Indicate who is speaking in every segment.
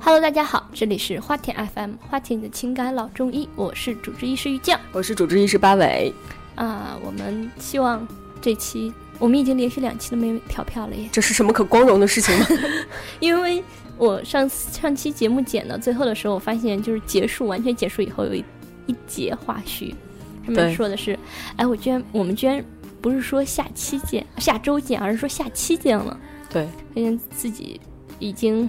Speaker 1: Hello，大家好，这里是花田 FM，花田的情感老中医，我是主治医师于酱
Speaker 2: 我是主治医师八尾。
Speaker 1: 啊。我们希望这期我们已经连续两期都没调票了耶，
Speaker 2: 这是什么可光荣的事情吗？
Speaker 1: 因为我上上期节目剪到最后的时候，我发现就是结束完全结束以后有一一节话絮，上面
Speaker 2: 对
Speaker 1: 说的是，哎，我居然我们居然不是说下期见、下周见，而是说下期见了。
Speaker 2: 对，
Speaker 1: 发现自己已经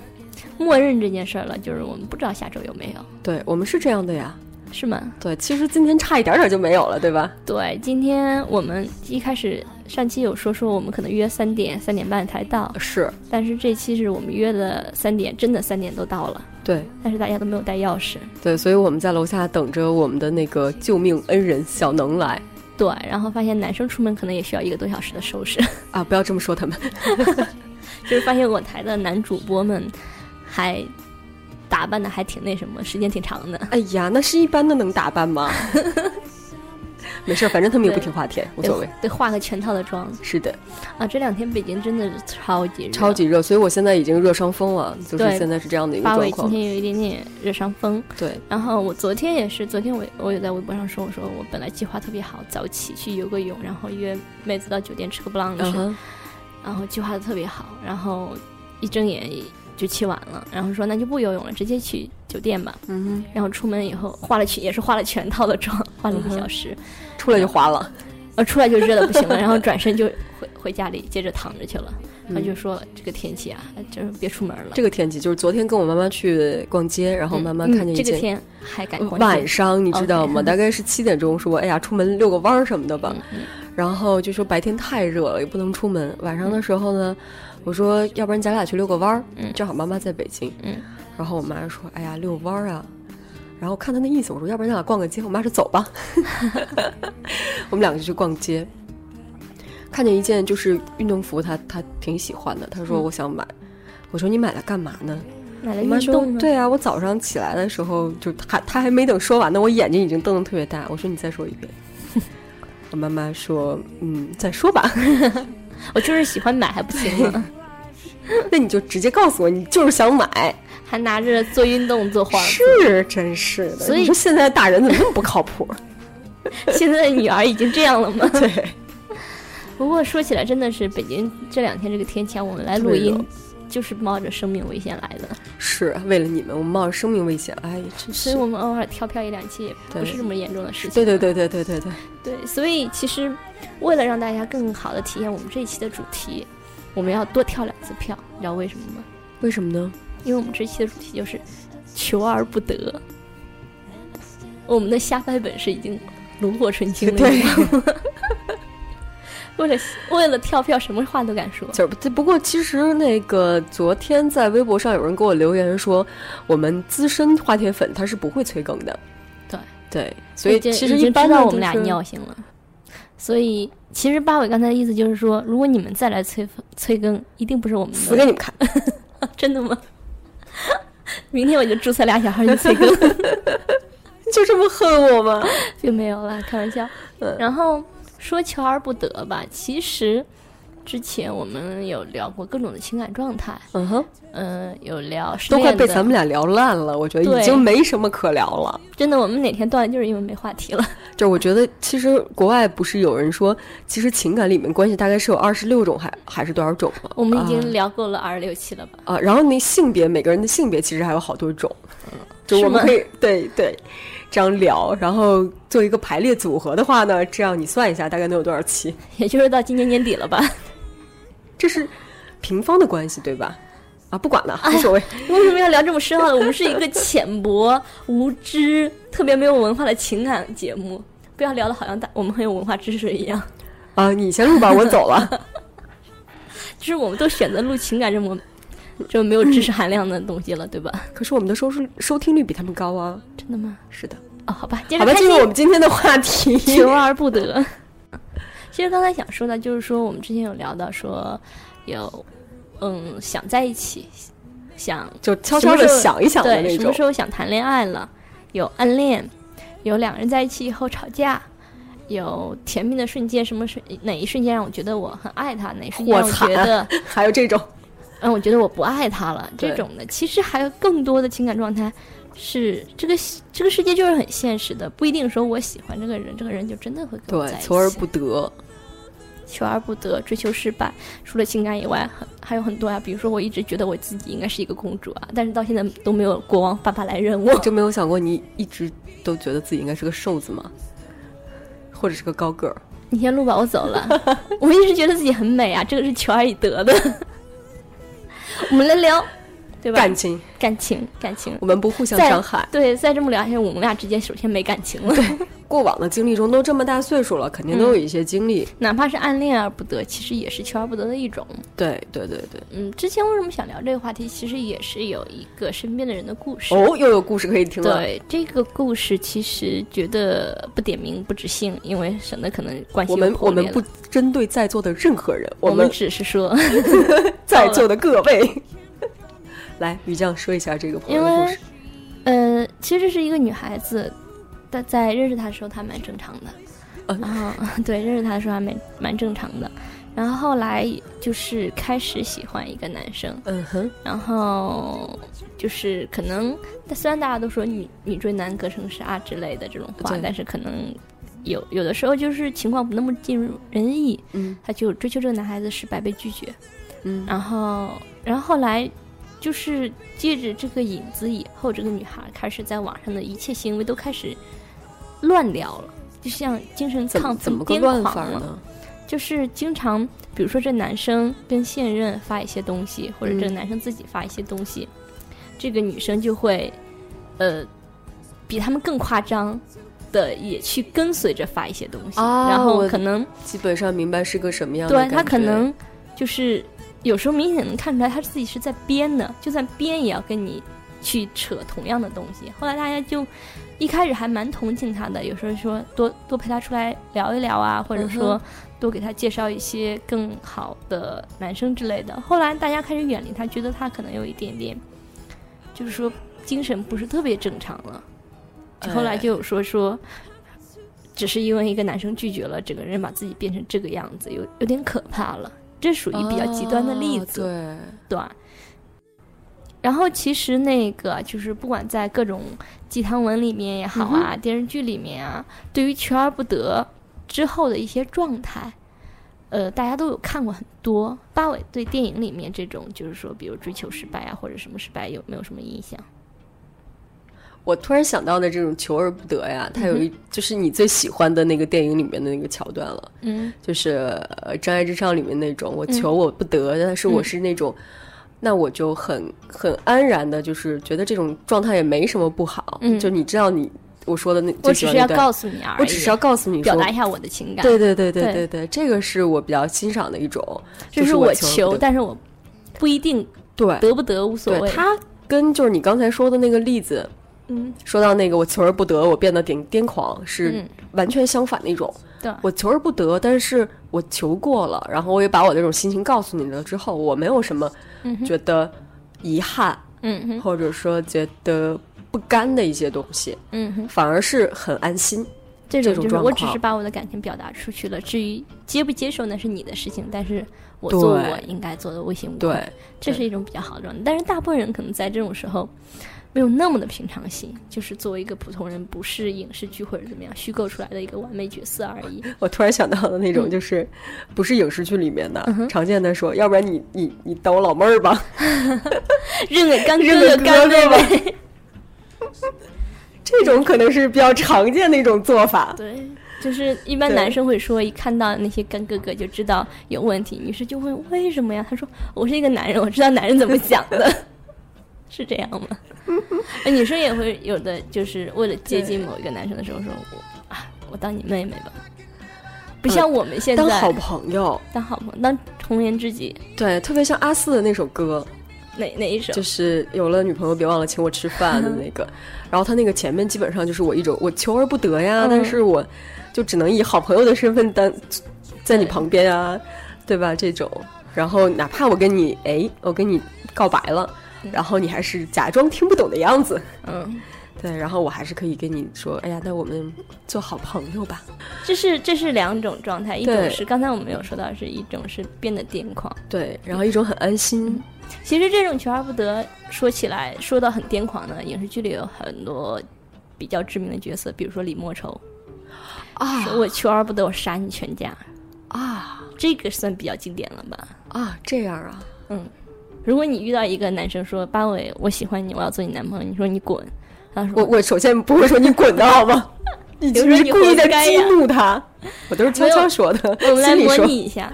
Speaker 1: 默认这件事儿了，就是我们不知道下周有没有，
Speaker 2: 对我们是这样的呀。
Speaker 1: 是吗？
Speaker 2: 对，其实今天差一点点就没有了，对吧？
Speaker 1: 对，今天我们一开始上期有说说我们可能约三点、三点半才到，
Speaker 2: 是，
Speaker 1: 但是这期是我们约的三点，真的三点都到了，
Speaker 2: 对
Speaker 1: 但是大家都没有带钥匙。
Speaker 2: 对，所以我们在楼下等着我们的那个救命恩人小能来
Speaker 1: 对，然后发现男生出门可能也需要一个多小时的 收拾，
Speaker 2: 啊！不要这么说他们，
Speaker 1: 就是发现我台的男主播们还打扮的还挺那什么，时间挺长的。
Speaker 2: 哎呀，那是一般的能打扮吗？ 没事儿，反正他们也不听话甜，无
Speaker 1: 无
Speaker 2: 所谓。，
Speaker 1: 得化个全套的妆
Speaker 2: 是的，
Speaker 1: 啊！这两天北京真的是超级热，
Speaker 2: 超级热，所以我现在已经热伤风了，就是
Speaker 1: 对
Speaker 2: 现在是这样的一个
Speaker 1: 八
Speaker 2: 状
Speaker 1: 尾今
Speaker 2: 况。
Speaker 1: 天有一点点热伤风，
Speaker 2: 对，
Speaker 1: 然后我昨天也是，昨天我我有在微博上说，我说我本来计划特别好，早起去游个泳，然后约妹子到酒店吃个 brunch，、
Speaker 2: 嗯哼，
Speaker 1: 然后计划的特别好，然后一睁眼就起晚了，然后说那就不游泳了，直接去酒店吧。
Speaker 2: 嗯
Speaker 1: 然后出门以后化了全也是化了全套的妆，化了一
Speaker 2: 嗯
Speaker 1: 个
Speaker 2: 哼
Speaker 1: 小时，
Speaker 2: 哼，出来就滑了。
Speaker 1: 呃、出来就热的不行了，然后转身就回回家里接着躺着去了。他就
Speaker 2: 嗯
Speaker 1: 说这个天气啊，真是别出门了。
Speaker 2: 这个天气，就是昨天跟我妈妈去逛街，然后
Speaker 1: 嗯
Speaker 2: 妈妈
Speaker 1: 嗯
Speaker 2: 看见一
Speaker 1: 这个
Speaker 2: 件
Speaker 1: 天还敢逛街
Speaker 2: 晚上你知道吗？
Speaker 1: 哦 OK
Speaker 2: 大概是七点钟，说哎呀，出门遛个弯儿什么的吧
Speaker 1: 嗯。嗯
Speaker 2: 然后就说白天太热了，也不能出门。晚上的时候呢，我说要不然咱俩去遛个弯儿
Speaker 1: 嗯，
Speaker 2: 正好妈妈在北京。
Speaker 1: 嗯
Speaker 2: 然后我妈说，哎呀，遛弯儿啊。然后看她那意思，我说要不然咱俩逛个街。我妈说走吧， 我们两个就去逛街。看见一件就是运动服她，她挺喜欢的，她说
Speaker 1: 嗯
Speaker 2: 我想买。我说你买来干嘛呢？
Speaker 1: 买了
Speaker 2: 我妈
Speaker 1: 运
Speaker 2: 说
Speaker 1: 动：“呢。
Speaker 2: 对 啊，我早上起来的时候，就她她还没等说完呢，我眼睛已经瞪得特别大。我说你再说一遍。 我妈妈说：嗯，再说吧。
Speaker 1: 我就是喜欢买还不行吗？
Speaker 2: 那你就直接告诉我，你就是想买，
Speaker 1: 还拿着做运动做幌子。
Speaker 2: 是真是的。
Speaker 1: 所以
Speaker 2: 你说现在大人怎么那么不靠谱？
Speaker 1: 现在的女儿已经这样了吗？
Speaker 2: 对，
Speaker 1: 不过说起来，真的是北京这两天这个天气，啊，我们来录音就是冒着生命危险来的，
Speaker 2: 是为了你们，我冒着生命危险。哎，真是
Speaker 1: 所以。我们偶尔跳票一两期也不是这么严重的事情。啊
Speaker 2: 对对对对对对对，
Speaker 1: 对，所以其实为了让大家更好的体验我们这一期的主题，我们要多跳两次票，你知道为什么吗？
Speaker 2: 为什么呢？
Speaker 1: 因为我们这期的主题就是求而不得。我们的瞎掰本事已经炉火纯青了，
Speaker 2: 对
Speaker 1: 你知道吗为了为了跳票，什么话都敢说。
Speaker 2: 就是不不过其实那个昨天在微博上有人给我留言说，我们资深花铁粉他是不会催更的。
Speaker 1: 对
Speaker 2: 对，所以
Speaker 1: 已经
Speaker 2: 其实
Speaker 1: 已
Speaker 2: 一
Speaker 1: 经
Speaker 2: 般
Speaker 1: 知
Speaker 2: 的
Speaker 1: 道
Speaker 2: 都
Speaker 1: 我们俩
Speaker 2: 是
Speaker 1: 尿性了。所以，其实八尾刚才的意思就是说，如果你们再来催催更，一定不是我们的。
Speaker 2: 死给你们看。
Speaker 1: 真的吗？ 明天我就注册俩小号去催更。
Speaker 2: 就这么恨我吗？
Speaker 1: 并没有啦，开玩笑。
Speaker 2: 嗯
Speaker 1: 然后说求而不得吧，其实之前我们有聊过各种的情感状态，
Speaker 2: 嗯哼，
Speaker 1: 嗯、有聊失
Speaker 2: 都快
Speaker 1: 恋的。
Speaker 2: 被咱们俩聊烂了，我觉得
Speaker 1: 对
Speaker 2: 已经没什么可聊了。
Speaker 1: 真的，我们哪天断了就是因为没话题了。
Speaker 2: 就是我觉得，其实国外不是有人说，其实情感里面关系大概是有二十六种还，还是多少种吗？
Speaker 1: 我们已经聊够了二十六期了吧？
Speaker 2: 啊，然后那性别，每个人的性别其实还有好多种，就我们
Speaker 1: 嗯是吗
Speaker 2: 可以对对这样聊，然后做一个排列组合的话呢，这样你算一下大概能有多少期？
Speaker 1: 也就是到今年年底了吧？
Speaker 2: 这是平方的关系对吧？啊，不管了，无 所谓。
Speaker 1: 为什么要聊这么深奥的？我们是一个浅薄、无知、特别没有文化的情感节目，不要聊的好像大我们很有文化知识一样。
Speaker 2: 啊，你先录吧，我走了。
Speaker 1: 就是我们都选择录情感这么这么没有知识含量的东西了，对吧？
Speaker 2: 可是我们的收视收听率比他们高啊。
Speaker 1: 真的吗？
Speaker 2: 是的，
Speaker 1: 哦，好吧，接
Speaker 2: 好
Speaker 1: 着
Speaker 2: 吧，
Speaker 1: 开
Speaker 2: 进
Speaker 1: 心
Speaker 2: 入我们今天的话题。
Speaker 1: 求而不得。 其实刚才想说的，就是说我们之前有聊到说有，嗯，想在一起，想
Speaker 2: 就悄悄的想一想的
Speaker 1: 对
Speaker 2: 那
Speaker 1: 什么
Speaker 2: 种
Speaker 1: 时。候想谈恋爱了，有暗恋，有两个人在一起以后吵架，有甜蜜的瞬间，什么瞬哪一瞬间让我觉得我很爱他，哪一瞬间让我
Speaker 2: 火惨
Speaker 1: 觉得
Speaker 2: 还有这种，
Speaker 1: 嗯，我觉得我不爱他了
Speaker 2: 对
Speaker 1: 这种的。其实还有更多的情感状态是这个这个世界就是很现实的，不一定说我喜欢这个人，这个人就真的会跟我
Speaker 2: 对
Speaker 1: 在一，起。
Speaker 2: 求而不得，
Speaker 1: 求而不得，追求失败，除了情感以外，很还有很多呀、啊比如说，我一直觉得我自己应该是一个公主啊，但是到现在都没有国王爸爸来认我。
Speaker 2: 就没有想过你一直都觉得自己应该是个瘦子吗？或者是个高个儿？
Speaker 1: 你先录吧，我走了。 我一直觉得自己很美啊，这个是求而以得的。 我们来聊，对吧？
Speaker 2: 感情，
Speaker 1: 感情，感情。
Speaker 2: 我们不互相
Speaker 1: 在
Speaker 2: 伤害。
Speaker 1: 对，再这么聊下去，我们俩之间首先没感情了。
Speaker 2: 过往的经历中都这么大岁数了，肯定都有一些经历。
Speaker 1: 哪怕是暗恋而不得，其实也是求而不得的一种。
Speaker 2: 对对对对。
Speaker 1: 嗯，之前为什么想聊这个话题，其实也是有一个身边的人的故事。
Speaker 2: 哦，又有故事可以听了。
Speaker 1: 对这个故事，其实觉得不点名不指姓，因为省得可能关系
Speaker 2: 我们
Speaker 1: 又破
Speaker 2: 我们
Speaker 1: 裂
Speaker 2: 不
Speaker 1: 了
Speaker 2: 针对在座的任何人，
Speaker 1: 我
Speaker 2: 们
Speaker 1: 只是说，
Speaker 2: 在座的各 位，来，于酱说一下这个朋友的故事。
Speaker 1: 呃，其实这是一个女孩子，但在认识她的时候，她蛮正常的。
Speaker 2: 嗯
Speaker 1: 然后 对认识她的时候还蛮蛮正常的，然后后来就是开始喜欢一个男生，
Speaker 2: 嗯哼，
Speaker 1: 然后就是可能，但虽然大家都说女女追男隔层纱之类的这种话
Speaker 2: 对，
Speaker 1: 但是可能有有的时候就是情况不那么尽如人意，
Speaker 2: 嗯
Speaker 1: 他就追求这个男孩子失败被拒绝，
Speaker 2: 嗯
Speaker 1: 然后然后后来就是借着这个引子以后，这个女孩开始在网上的一切行为都开始乱聊了，就像精神
Speaker 2: 怎么
Speaker 1: 亢
Speaker 2: 怎
Speaker 1: 奋
Speaker 2: 么个
Speaker 1: 癫
Speaker 2: 乱
Speaker 1: 狂
Speaker 2: 法
Speaker 1: 了。
Speaker 2: 呢？
Speaker 1: 就是经常，比如说这男生跟现任发一些东西，或者
Speaker 2: 嗯
Speaker 1: 这个男生自己发一些东西，这个女生就会，呃，比他们更夸张的也去跟随着发一些东西，
Speaker 2: 啊
Speaker 1: 然后
Speaker 2: 我
Speaker 1: 可能
Speaker 2: 基本上明白是个什么样的
Speaker 1: 对
Speaker 2: 感觉。
Speaker 1: 他可能就是有时候明显能看出来他自己是在编的，就算编也要跟你去扯同样的东西。后来大家就一开始还蛮同情他的，有时候说多多陪他出来聊一聊啊，或者
Speaker 2: 嗯
Speaker 1: 说多给他介绍一些更好的男生之类的。后来大家开始远离他，觉得他可能有一点点，就是说精神不是特别正常了。
Speaker 2: 哎
Speaker 1: 后来就有说说，只是因为一个男生拒绝了，整个人把自己变成这个样子，有有点可怕了。这属
Speaker 2: 啊
Speaker 1: 于比较极端的例子，
Speaker 2: 哦
Speaker 1: 对吧然后其实那个就是不管在各种鸡汤文里面也
Speaker 2: 嗯
Speaker 1: 好啊，电视剧里面啊，对于求而不得之后的一些状态，呃，大家都有看过很多。八尾对电影里面这种就是说，比如追求失败啊，或者什么失败，有没有什么印象？
Speaker 2: 对，我突然想到的这种求而不得呀，它有一、就是你最喜欢的那个电影里面的那个桥段了，
Speaker 1: 嗯，
Speaker 2: 就是呃《真爱至上》里面那种，我求我不得，但
Speaker 1: 嗯
Speaker 2: 是我是那种。那我就很很安然的，就是觉得这种状态也没什么不好。
Speaker 1: 嗯
Speaker 2: 就你知道你我说的那，
Speaker 1: 我
Speaker 2: 最
Speaker 1: 只
Speaker 2: 喜
Speaker 1: 是
Speaker 2: 欢那
Speaker 1: 要
Speaker 2: 段
Speaker 1: 告诉你而已，
Speaker 2: 我只是要告诉你说
Speaker 1: 表达一下我的情感。
Speaker 2: 对对对对
Speaker 1: 对
Speaker 2: 对对，这个是我比较欣赏的一种，
Speaker 1: 就是是
Speaker 2: 我
Speaker 1: 我
Speaker 2: 求而
Speaker 1: 求，
Speaker 2: 不得
Speaker 1: 但是我不一定
Speaker 2: 对
Speaker 1: 得不得无所
Speaker 2: 对，
Speaker 1: 谓。
Speaker 2: 它跟就是你刚才说的那个例子，
Speaker 1: 嗯，
Speaker 2: 说到那个我求而不得，我变得癫癫狂，是
Speaker 1: 嗯
Speaker 2: 完全相反的一种。
Speaker 1: 对，
Speaker 2: 我求而不得，但是我求过了，然后我也把我这种心情告诉你了之后，我没有什么
Speaker 1: 嗯哼
Speaker 2: 觉得遗憾，
Speaker 1: 嗯哼，
Speaker 2: 或者说觉得不甘的一些东西，
Speaker 1: 嗯哼，
Speaker 2: 反而是很安心。
Speaker 1: 这
Speaker 2: 这
Speaker 1: 种
Speaker 2: 种
Speaker 1: 就是
Speaker 2: 状
Speaker 1: 我只
Speaker 2: 况
Speaker 1: 是把我的感情表达出去了，至于接不接受那是你的事情，但是我做
Speaker 2: 对
Speaker 1: 我应该做的，问心无愧
Speaker 2: 对。
Speaker 1: 这是一种比较好的状态。但是大部分人可能在这种时候没有那么的平常心，就是作为一个普通人，不是影视剧或者怎么样虚构出来的一个完美角色而已。
Speaker 2: 我突然想到的那
Speaker 1: 嗯
Speaker 2: 种，就是不是影视剧里面的、常见的说，要不然你你你当我老妹儿吧。
Speaker 1: 认个干
Speaker 2: 认
Speaker 1: 哥
Speaker 2: 个
Speaker 1: 哥
Speaker 2: 哥哥
Speaker 1: 干妹
Speaker 2: 吧
Speaker 1: 妹，
Speaker 2: 这种可能是比较常见的一种做法。
Speaker 1: 对，就是一般
Speaker 2: 对
Speaker 1: 男生会说，一看到那些干哥哥就知道有问题，女生就会为什么呀？他说我是一个男人，我知道男人怎么想的， 是这样吗？呃女生也会有的，就是为了接近某一个男生的时候说，我啊，我当你妹妹吧，不像我们现在、
Speaker 2: 呃当好朋友，
Speaker 1: 当好朋友，当红颜知己，
Speaker 2: 对，特别像阿四的那首歌，
Speaker 1: 哪哪一首？
Speaker 2: 就是有了女朋友别忘了请我吃饭的那 个。然后他那个前面基本上就是我一种我求而不得呀，
Speaker 1: 嗯
Speaker 2: 但是我就只能以好朋友的身份当在你旁边啊，对吧？这种，然后哪怕我跟你哎，我跟你告白了，然后你还是假装听不懂的样子，
Speaker 1: 嗯，
Speaker 2: 对，然后我还是可以跟你说，哎呀，那我们做好朋友吧。
Speaker 1: 这是这是两种状态，一
Speaker 2: 对
Speaker 1: 种是刚才我们有说到，是一种是变得癫狂，
Speaker 2: 对，然后一种很安心，
Speaker 1: 其实这种求而不得，说起来说到很癫狂的影视剧里有很多比较知名的角色，比如说李莫愁，
Speaker 2: 啊
Speaker 1: 说我求而不得，我杀你全家，
Speaker 2: 啊
Speaker 1: 这个算比较经典了吧？
Speaker 2: 啊！这样啊，
Speaker 1: 嗯，如果你遇到一个男生说八尾，我喜欢你，我要做你男朋友，你说你滚，他说
Speaker 2: 我我首先不会说你滚 的好吗？ 你
Speaker 1: 有
Speaker 2: 就
Speaker 1: 时候
Speaker 2: 是
Speaker 1: 你
Speaker 2: 故意
Speaker 1: 活
Speaker 2: 的
Speaker 1: 该
Speaker 2: 激
Speaker 1: 呀
Speaker 2: 怒 他，我都是悄
Speaker 1: 没有
Speaker 2: 悄说的，
Speaker 1: 我们来
Speaker 2: 心里
Speaker 1: 模
Speaker 2: 说
Speaker 1: 拟一下，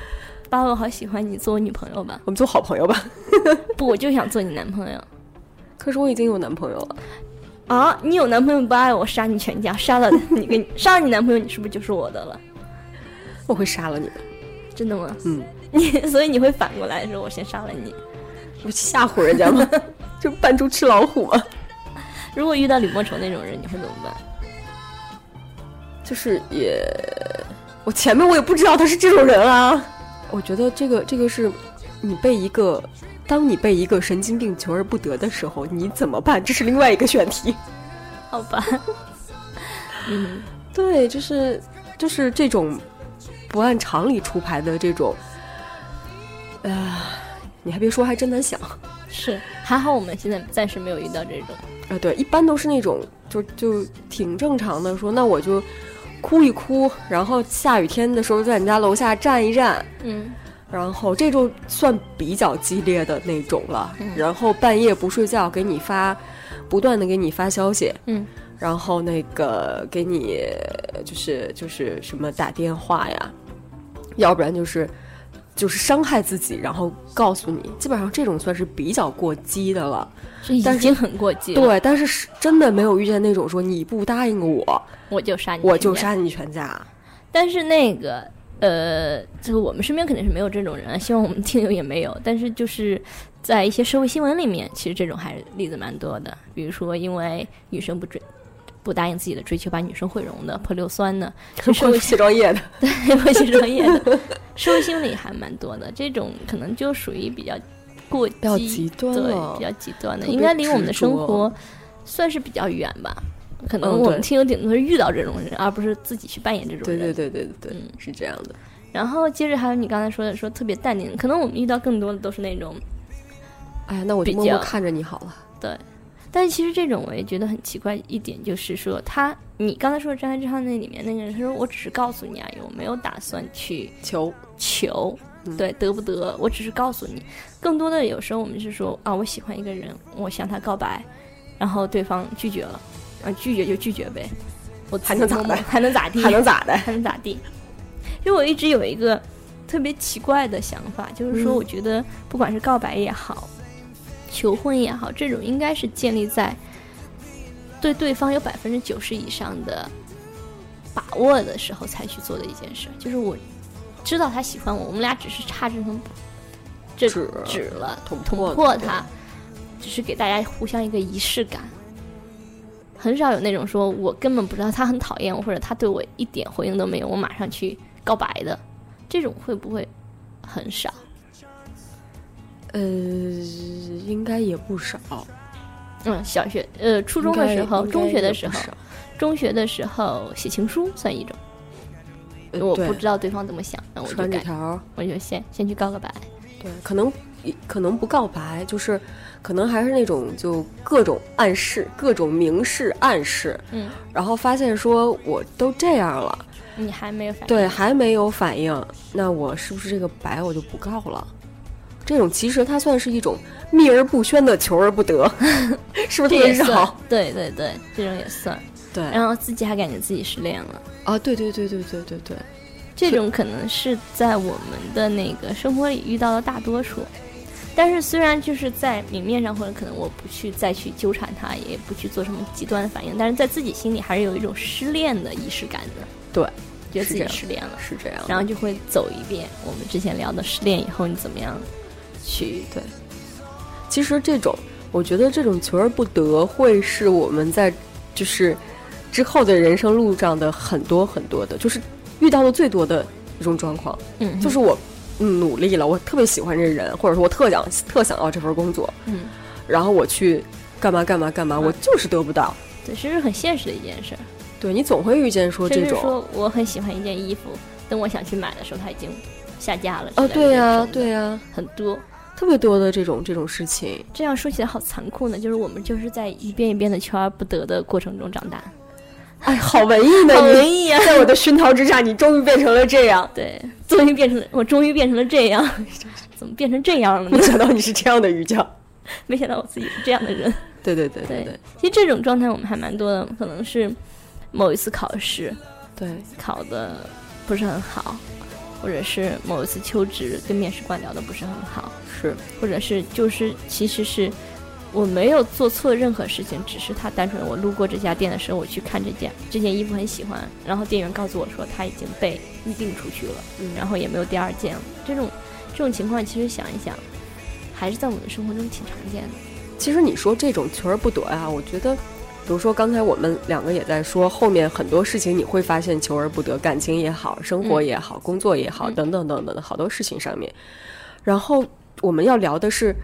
Speaker 1: 八尾我好喜欢你，做我女朋友吧？
Speaker 2: 我们做好朋友吧。
Speaker 1: 不，我就想做你男朋友。
Speaker 2: 可是我已经有男朋友了，
Speaker 1: 啊，你有男朋友不爱我，杀你全家，杀了你跟杀了你男朋友，你是不是就是我的了？
Speaker 2: 我会杀了你的。
Speaker 1: 真的吗？
Speaker 2: 嗯，
Speaker 1: 你 所以你会反过来说，我先杀了你。
Speaker 2: 我吓唬人 家吗？就扮猪吃老虎嘛，
Speaker 1: 如果遇到李莫愁那种人，你会怎么办？
Speaker 2: 就是也，我前面我也不知道他是这种人啊。我觉得这个这个是，你被一个，当你被一个神经病求而不得的时候，你怎么办？这是另外一个选题。
Speaker 1: 好吧， 嗯，
Speaker 2: 对，就是就是这种不按常理出牌的这种，啊、你还别说，还真难想啊、
Speaker 1: 是还好我们现在暂时没有遇到这种。
Speaker 2: 呃对，一般都是那种就就挺正常的，说那我就哭一哭，然后下雨天的时候在你家楼下站一站，
Speaker 1: 嗯，
Speaker 2: 然后这就算比较激烈的那种了。
Speaker 1: 嗯
Speaker 2: 然后半夜不睡觉，给你发，不断的给你发消息。
Speaker 1: 嗯。
Speaker 2: 然后那个给你就是就是什么打电话呀，要不然就是就是伤害自己，然后告诉你，基本上这种算是比较过激的了。
Speaker 1: 这已
Speaker 2: 但是
Speaker 1: 经很过激了，
Speaker 2: 对，但是是真的没有遇见那种说你不答应我，
Speaker 1: 我就杀你，
Speaker 2: 我就。杀你全家。
Speaker 1: 但是那个呃，这个我们身边肯定是没有这种人啊，希望我们听友也没有。但是就是在一些社会新闻里面，其实这种还是例子蛮多的。比如说，因为女生不追不答应自己的追求，把女生毁容的、泼硫酸 的，
Speaker 2: 很
Speaker 1: 社会
Speaker 2: 卸妆液的，
Speaker 1: 会去专业的，社会新闻里还蛮多的。这种可能就属于比较过激，
Speaker 2: 比较极端了
Speaker 1: 对，比较极端的，
Speaker 2: 特别
Speaker 1: 应该离我们的生
Speaker 2: 执着
Speaker 1: 活算是比较远吧。可
Speaker 2: 嗯
Speaker 1: 能我
Speaker 2: 对
Speaker 1: 们听友顶多是遇到这种人，而不是自己去扮演这种
Speaker 2: 对
Speaker 1: 人。
Speaker 2: 对对对对，
Speaker 1: 嗯
Speaker 2: 是这样的。
Speaker 1: 然后接着还有你刚才说的，说特别淡定，可能我们遇到更多的都是那种，
Speaker 2: 哎呀，那我就
Speaker 1: 比
Speaker 2: 默默
Speaker 1: 较
Speaker 2: 看着你好了。
Speaker 1: 但其实这种我也觉得很奇怪一点，就是说他，你刚才说的《真爱至上》那里面那个人，他说我只是告诉你啊，我没有打算去
Speaker 2: 求，
Speaker 1: 求
Speaker 2: 嗯，
Speaker 1: 对，得不得，我只是告诉你。更多的有时候我们是说啊，我喜欢一个人，我向他告白，然后对方拒绝了，啊，拒绝就拒绝呗，我
Speaker 2: 还能咋
Speaker 1: 自己摸摸
Speaker 2: 办
Speaker 1: 还能咋地？
Speaker 2: 还能咋的？
Speaker 1: 还能咋地？因为我一直有一个特别奇怪的想法，就是说，
Speaker 2: 嗯
Speaker 1: 我觉得不管是告白也好，求婚也好，这种应该是建立在对对方有百分之九十以上的把握的时候才去做的一件事。就是我知道他喜欢我，我们俩只是差这层这
Speaker 2: 纸
Speaker 1: 纸了，
Speaker 2: 捅
Speaker 1: 捅
Speaker 2: 破
Speaker 1: 破
Speaker 2: 的
Speaker 1: 它，只是给大家互相一个仪式感。很少有那种说我根本不知道他很讨厌我，或者他对我一点回应都没有，我马上去告白的，这种会不会很少？
Speaker 2: 呃，应该也不少。
Speaker 1: 嗯，小学呃初中的时候，
Speaker 2: 应该
Speaker 1: 中学的
Speaker 2: 也
Speaker 1: 时
Speaker 2: 不
Speaker 1: 候，
Speaker 2: 少
Speaker 1: 中学的时候写情书算一种，
Speaker 2: 呃
Speaker 1: 我
Speaker 2: 对
Speaker 1: 不知道对方怎么想，那我就
Speaker 2: 传纸
Speaker 1: 改，
Speaker 2: 条儿，
Speaker 1: 我就先先去告个白。
Speaker 2: 对，可能可能不告白，就是可能还是那种就各种暗示、各种明示、暗示，
Speaker 1: 嗯，
Speaker 2: 然后发现说我都这样了，
Speaker 1: 你还没有反应，
Speaker 2: 对，还没有反应，那我是不是这个白我就不告了？这种其实它算是一种秘而不宣的求而不得， 是不是特
Speaker 1: 这
Speaker 2: 别
Speaker 1: 也算
Speaker 2: 绕？，
Speaker 1: 对对对，这种也算。
Speaker 2: 对
Speaker 1: 然后自己还感觉自己失恋了。
Speaker 2: 啊，对对对对对对对，
Speaker 1: 这种可能是在我们的那个生活里遇到的大多数。但是虽然就是在明面上，或者可能我不去再去纠缠他，也不去做什么极端的反应，但是在自己心里还是有一种失恋的仪式感的。
Speaker 2: 对，
Speaker 1: 觉得
Speaker 2: 是这
Speaker 1: 自己
Speaker 2: 样
Speaker 1: 失恋了，
Speaker 2: 是这样的。
Speaker 1: 然后就会走一遍我们之前聊的失恋以后你怎么样去
Speaker 2: 对，其实这种，我觉得这种求而不得，会是我们在就是之后的人生路上的很多很多的，就是遇到的最多的一种状况，
Speaker 1: 嗯
Speaker 2: 就是我嗯努力了，我特别喜欢这人，或者说我特想特想要这份工作，
Speaker 1: 嗯，
Speaker 2: 然后我去干嘛干嘛干嘛，我就是得不到。
Speaker 1: 对，这是很现实的一件事儿。
Speaker 2: 对你总会遇见说
Speaker 1: 甚
Speaker 2: 这
Speaker 1: 至
Speaker 2: 种，
Speaker 1: 说我很喜欢一件衣服，等我想去买的时候，它已经下架了之
Speaker 2: 啊，
Speaker 1: 类的这种的。
Speaker 2: 对呀、对呀、
Speaker 1: 很多，
Speaker 2: 特别多的这种这种事情。
Speaker 1: 这样说起来好残酷呢，就是我们就是在一遍一遍的求而不得的过程中长大。
Speaker 2: 哎，好文艺呢！
Speaker 1: 好
Speaker 2: 你
Speaker 1: 文艺啊！
Speaker 2: 在我的熏陶之下，你终于变成了这样。
Speaker 1: 对，终于变成了我，终于变成了这样， 怎么变成这样了呢
Speaker 2: 没？想到你是这样的瑜伽。
Speaker 1: 没想到我自己是这样的人。
Speaker 2: 对对对
Speaker 1: 对
Speaker 2: 对，
Speaker 1: 其实这种状态我们还蛮多的，可能是某一次考试
Speaker 2: 对，
Speaker 1: 考的不是很好，或者是某一次求职跟面试官聊的不是很好，
Speaker 2: 是
Speaker 1: 或者是就是其实是我没有做错任何事情，只是他单纯我路过这家店的时候，我去看这件这件衣服很喜欢，然后店员告诉我说他已经被预定出去了，
Speaker 2: 嗯
Speaker 1: 然后也没有第二件了。这种这种情况其实想一想，还是在我们的生活中挺常见的。
Speaker 2: 其实你说这种求而不得啊，我觉得，比如说刚才我们两个也在说，后面很多事情你会发现求而不得，感情也好，生活也好，工作也好，
Speaker 1: 嗯
Speaker 2: 等等等等的好多事情上面。然后我们要聊的是，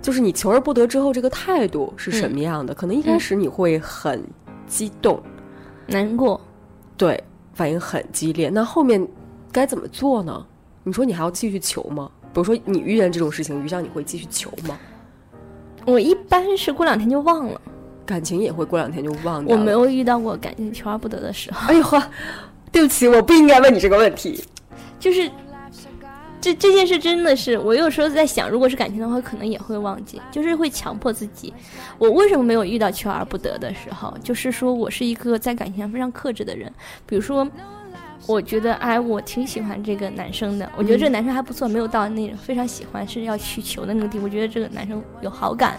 Speaker 2: 就是你求而不得之后这个态度是
Speaker 1: 嗯
Speaker 2: 什么样的？可能一开始你会很激动，
Speaker 1: 难过，
Speaker 2: 对，反应很激烈。那后面该怎么做呢？你说你还要继续求吗？比如说你遇见这种事情，于酱你会继续求吗？
Speaker 1: 我一般是过两天就忘了。
Speaker 2: 感情也会过两天就忘掉
Speaker 1: 我
Speaker 2: 了。
Speaker 1: 没有遇到过感情求而不得的时候，
Speaker 2: 哎呦呵，对不起，我不应该问你这个问题。
Speaker 1: 就是这这件事真的是，我有时候在想，如果是感情的话，可能也会忘记，就是会强迫自己。我为什么没有遇到求而不得的时候？就是说我是一个在感情上非常克制的人，比如说。我觉得，哎，我挺喜欢这个男生的。我觉得
Speaker 2: 嗯
Speaker 1: 这个男生还不错，没有到那种非常喜欢是要去求的那个地步。我觉得这个男生有好感，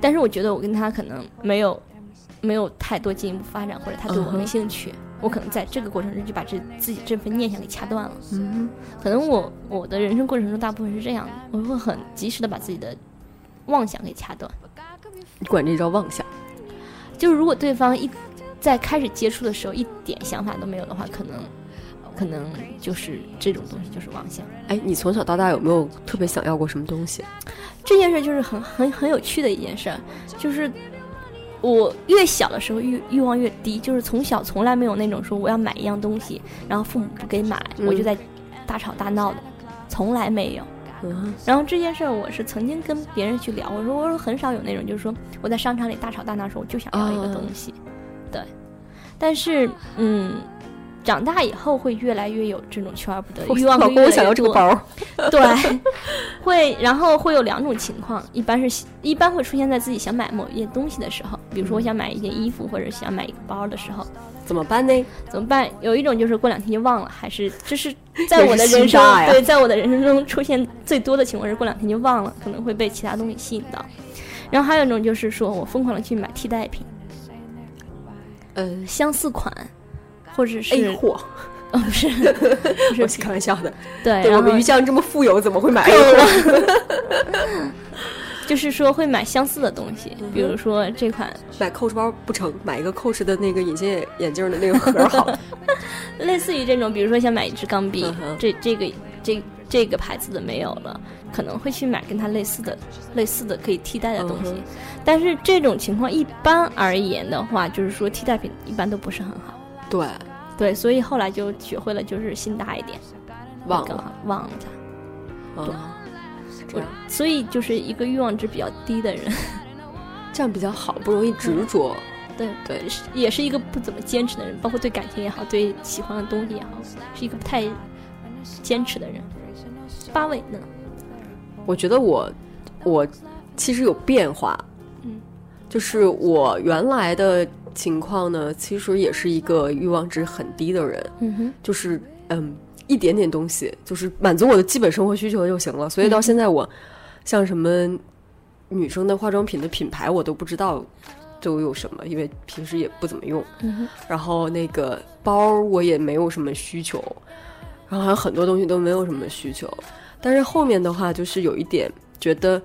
Speaker 1: 但是我觉得我跟他可能没有没有太多进一步发展，或者他对我
Speaker 2: 嗯
Speaker 1: 没
Speaker 2: 哼
Speaker 1: 兴趣。我可能在这个过程中就把这自己这份念想给掐断了。
Speaker 2: 嗯，
Speaker 1: 可能我我的人生过程中大部分是这样的，我会很及时的把自己的妄想给掐断。
Speaker 2: 你管这叫妄想。
Speaker 1: 就是如果对方一在开始接触的时候一点想法都没有的话，可能可能就是这种东西就是妄想。
Speaker 2: 哎，你从小到大有没有特别想要过什么东西？
Speaker 1: 这件事就是很很很有趣的一件事儿，就是我越小的时候欲欲望越低，就是从小从来没有那种说我要买一样东西，然后父母不给买，
Speaker 2: 嗯
Speaker 1: 我就在大吵大闹的，从来没有。
Speaker 2: 嗯，
Speaker 1: 然后这件事儿，我是曾经跟别人去聊，我说我说很少有那种，就是说我在商场里大吵大闹的时候，我就想要一个东西，
Speaker 2: 哦
Speaker 1: 对。但是，嗯，长大以后会越来越有这种求而不得的欲望，
Speaker 2: 老
Speaker 1: 会
Speaker 2: 公，
Speaker 1: 越
Speaker 2: 我
Speaker 1: 来
Speaker 2: 想
Speaker 1: 越
Speaker 2: 要这个
Speaker 1: 多，
Speaker 2: 包。
Speaker 1: 对，会，然后会有两种情况，一般是一般会出现在自己想买某一件东西的时候，比如
Speaker 2: 嗯
Speaker 1: 说我想买一件衣服或者想买一个包的时候，
Speaker 2: 怎么办呢？
Speaker 1: 怎么办？有一种就是过两天就忘了，还是 就是在我的
Speaker 2: 也是
Speaker 1: 人
Speaker 2: 心
Speaker 1: 生
Speaker 2: 大呀
Speaker 1: 对，在我的人生中出现最多的情况是过两天就忘了，可能会被其他东西吸引到。然后还有一种就是说我疯狂的去买替代品，
Speaker 2: 嗯
Speaker 1: 相似款，或者是
Speaker 2: ，A 货，
Speaker 1: 哦 不是
Speaker 2: 哎我是开哎玩笑的。
Speaker 1: 对，
Speaker 2: 对我
Speaker 1: 然后
Speaker 2: 们于酱这么富有，怎么会买 A 货？
Speaker 1: 就是说会买相似的东西，比如说这款
Speaker 2: 买 Coach 包不成，买一个 Coach 的那个隐形眼眼镜的那个盒 儿好了。
Speaker 1: 类似于这种，比如说想买一支钢笔，
Speaker 2: 嗯哼
Speaker 1: 这这个这这个牌子的没有了，可能会去买跟它类似的、类似的可以替代的东西。
Speaker 2: 嗯哼
Speaker 1: 但是这种情况一般而言的话，就是说替代品一般都不是很好。
Speaker 2: 对，
Speaker 1: 对，所以后来就学会了，就是心大一点，
Speaker 2: 忘
Speaker 1: 更
Speaker 2: 了
Speaker 1: 好忘了它。
Speaker 2: 啊，这
Speaker 1: 我
Speaker 2: 样
Speaker 1: 所以就是一个欲望值比较低的人，
Speaker 2: 这样比较好，不容易执着。
Speaker 1: 对，
Speaker 2: 对，
Speaker 1: 是也是一个不怎么坚持的人，包括对感情也好，对喜欢的东西也好，是一个不太坚持的人。八位呢？
Speaker 2: 我觉得我我其实有变化，
Speaker 1: 嗯，
Speaker 2: 就是我原来的情况呢，其实也是一个欲望值很低的人，
Speaker 1: 嗯哼。
Speaker 2: 就是嗯一点点东西，就是满足我的基本生活需求就行了。所以到现在我像什么女生的化妆品的品牌我都不知道都有什么，因为平时也不怎么用。
Speaker 1: 嗯
Speaker 2: 然后那个包儿我也没有什么需求，然后还有很多东西都没有什么需求。但是后面的话，就是有一点觉得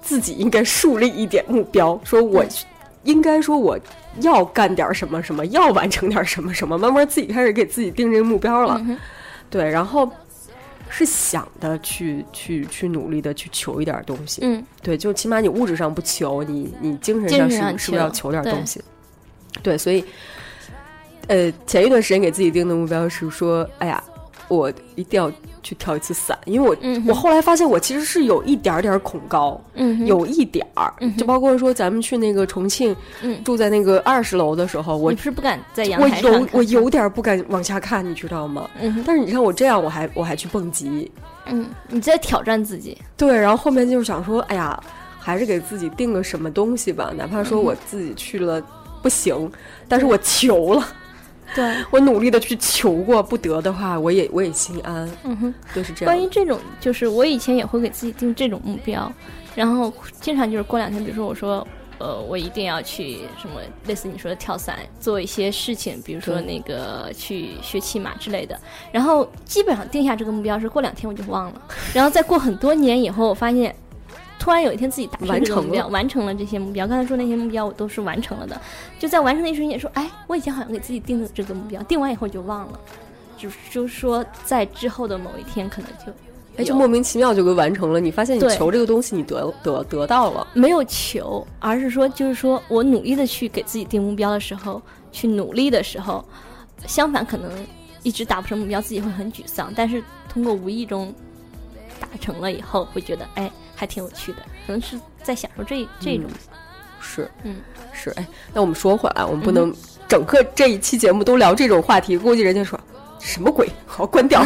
Speaker 2: 自己应该树立一点目标，说我应该说我要干点什么什么，要完成点什么什么，慢慢自己开始给自己定这个目标了。
Speaker 1: 嗯哼
Speaker 2: 对，然后是想的去去去努力的去求一点东西。
Speaker 1: 嗯
Speaker 2: 对，就起码你物质上不求，你你精神
Speaker 1: 精
Speaker 2: 上
Speaker 1: 神
Speaker 2: 是
Speaker 1: 上
Speaker 2: 是不是要求
Speaker 1: 求
Speaker 2: 点
Speaker 1: 对
Speaker 2: 东西？对，所以，呃，前一段时间给自己定的目标是说，哎呀，我一定要去跳一次伞，因为我、
Speaker 1: 嗯哼
Speaker 2: 我后来发现我其实是有一点儿点儿恐高，
Speaker 1: 嗯哼，
Speaker 2: 有一点儿，
Speaker 1: 嗯哼
Speaker 2: 就包括说咱们去那个重庆，
Speaker 1: 嗯
Speaker 2: 住在那个二十楼的时候，我
Speaker 1: 你是不敢在阳
Speaker 2: 我
Speaker 1: 台上
Speaker 2: 有
Speaker 1: 看
Speaker 2: 我有点儿不敢往下看，你知道吗？
Speaker 1: 嗯哼
Speaker 2: 但是你看我这样，我还我还去蹦极，
Speaker 1: 嗯，你在挑战自己，
Speaker 2: 对，然后后面就是想说，哎呀，还是给自己定个什么东西吧，哪怕说
Speaker 1: 嗯
Speaker 2: 我自己去了不行，但是我求了，
Speaker 1: 对，
Speaker 2: 我努力的去求过，不得的话，我也我也心安，
Speaker 1: 嗯哼。
Speaker 2: 就是这
Speaker 1: 关
Speaker 2: 样。
Speaker 1: 于这种，就是我以前也会给自己定这种目标，然后经常就是过两天，比如说我说，呃，我一定要去什么类似你说的跳伞，做一些事情，比如说
Speaker 2: 对
Speaker 1: 那个去学骑马之类的。然后基本上定下这个目标是过两天我就忘了，然后再过很多年以后，我发现。突然有一天自己达成
Speaker 2: 完
Speaker 1: 这个
Speaker 2: 成
Speaker 1: 目标，
Speaker 2: 了
Speaker 1: 完成了这些目标。刚才说那些目标我都是完成了的，就在完成的一瞬间说，哎，我以前好像给自己定的这个目标，定完以后就忘了，就是就是说在之后的某一天可能就
Speaker 2: 哎，就莫名其妙就给完成了。你发现你
Speaker 1: 对
Speaker 2: 求这个东西，你得得得到了，
Speaker 1: 没有求，而是说，就是说我努力的去给自己定目标的时候，去努力的时候，相反可能一直达不成目标，自己会很沮丧。但是通过无意中达成了以后，会觉得哎，还挺有趣的，可能是在享受这
Speaker 2: 嗯
Speaker 1: 这种。
Speaker 2: 是，
Speaker 1: 嗯，
Speaker 2: 是。哎，那我们说回来，我们不能整个这一期节目都聊这种话题，估计人家说什么鬼，好关 掉，